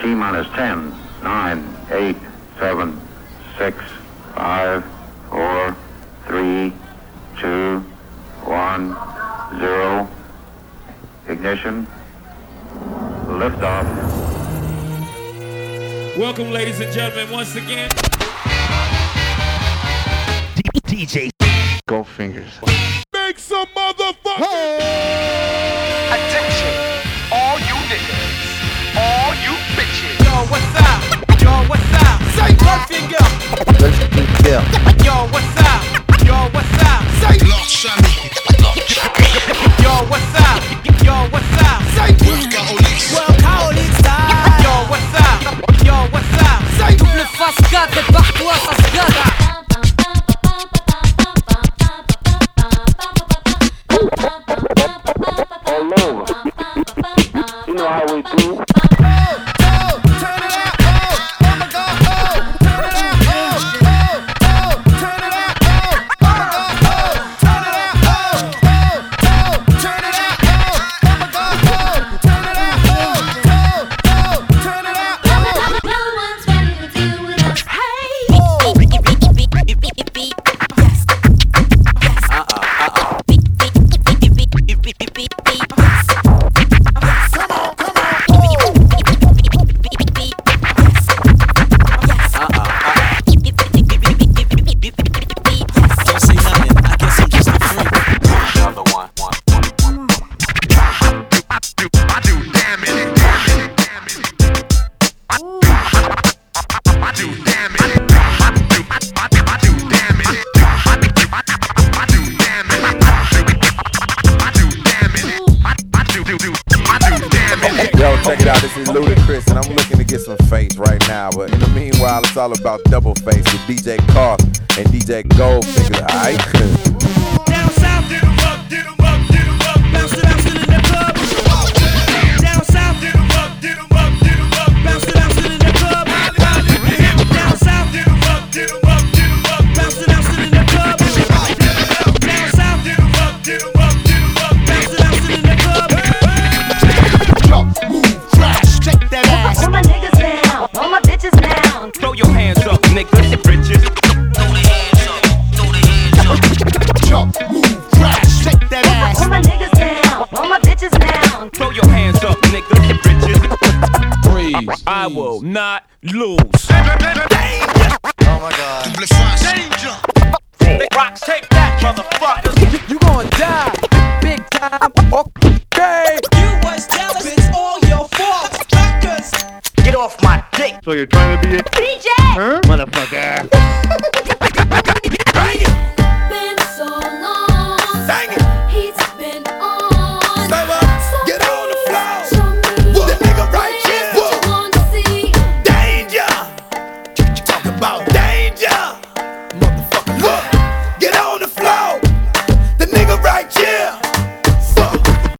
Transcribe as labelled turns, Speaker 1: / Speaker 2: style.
Speaker 1: T minus 10, 9, 8, 7, 6, 5, 4, 3, 2, 1, 0. Ignition. Liftoff.
Speaker 2: Welcome, ladies and gentlemen, once again.
Speaker 3: DJ. Go fingers.
Speaker 2: Make some motherfucking.
Speaker 4: Attention, all you niggas, all you bitches. Yo, what's up? Yo, what's up? Say one finger. Yo, what's up? Yo, what's up? Say Yo, what's up? Yo, what's up? Say Workaholic style. Yo, what's up? Yo, what's up? Say
Speaker 5: Double face gâte, partout à face gâte.
Speaker 1: Hello. You know how we do.
Speaker 4: Turn it up, oh, oh my God, oh. Turn it up, oh, oh, oh. Turn it up, oh, oh my God, oh. Turn it up, oh, oh, oh. Turn it up, oh, oh my God, oh. Turn it up, oh, oh, oh. Turn it up, oh.
Speaker 6: No one's ready to deal with us.
Speaker 4: Oh.
Speaker 7: Don't say nothing. I guess I'm just a freak. Another one. one, one.
Speaker 8: Yo, check it out. This is Ludacris, and I'm looking to get some face right now. But in the meanwhile, it's all about double face with DJ Carr and DJ Goldfinger. Aight?
Speaker 7: Down south, get 'em up, get 'em up, get 'em up. Bounce it out, sit in the club. Down south, get 'em up, get 'em up, get 'em up. Bounce it out, sit in the club. Down south, get 'em up, get 'em up, get 'em up. Bounce it out, sit in the club. Down south, get 'em up, get 'em up, get 'em up. Bounce it out, sit in the club.
Speaker 5: All my niggas down, all my bitches down.
Speaker 7: Throw your hands up, niggas, bitches.
Speaker 5: All my niggas down, all my bitches down.
Speaker 7: Throw your hands up, niggas, bitches. Freeze. I will not lose.
Speaker 4: Oh my God.
Speaker 7: Rocks, take that, motherfucker.
Speaker 4: You gonna die, big time. Okay.
Speaker 7: You was jealous, it's all your fault. Suckers. Get off my dick.
Speaker 3: So you're trying to be a
Speaker 5: DJ,
Speaker 3: motherfucker.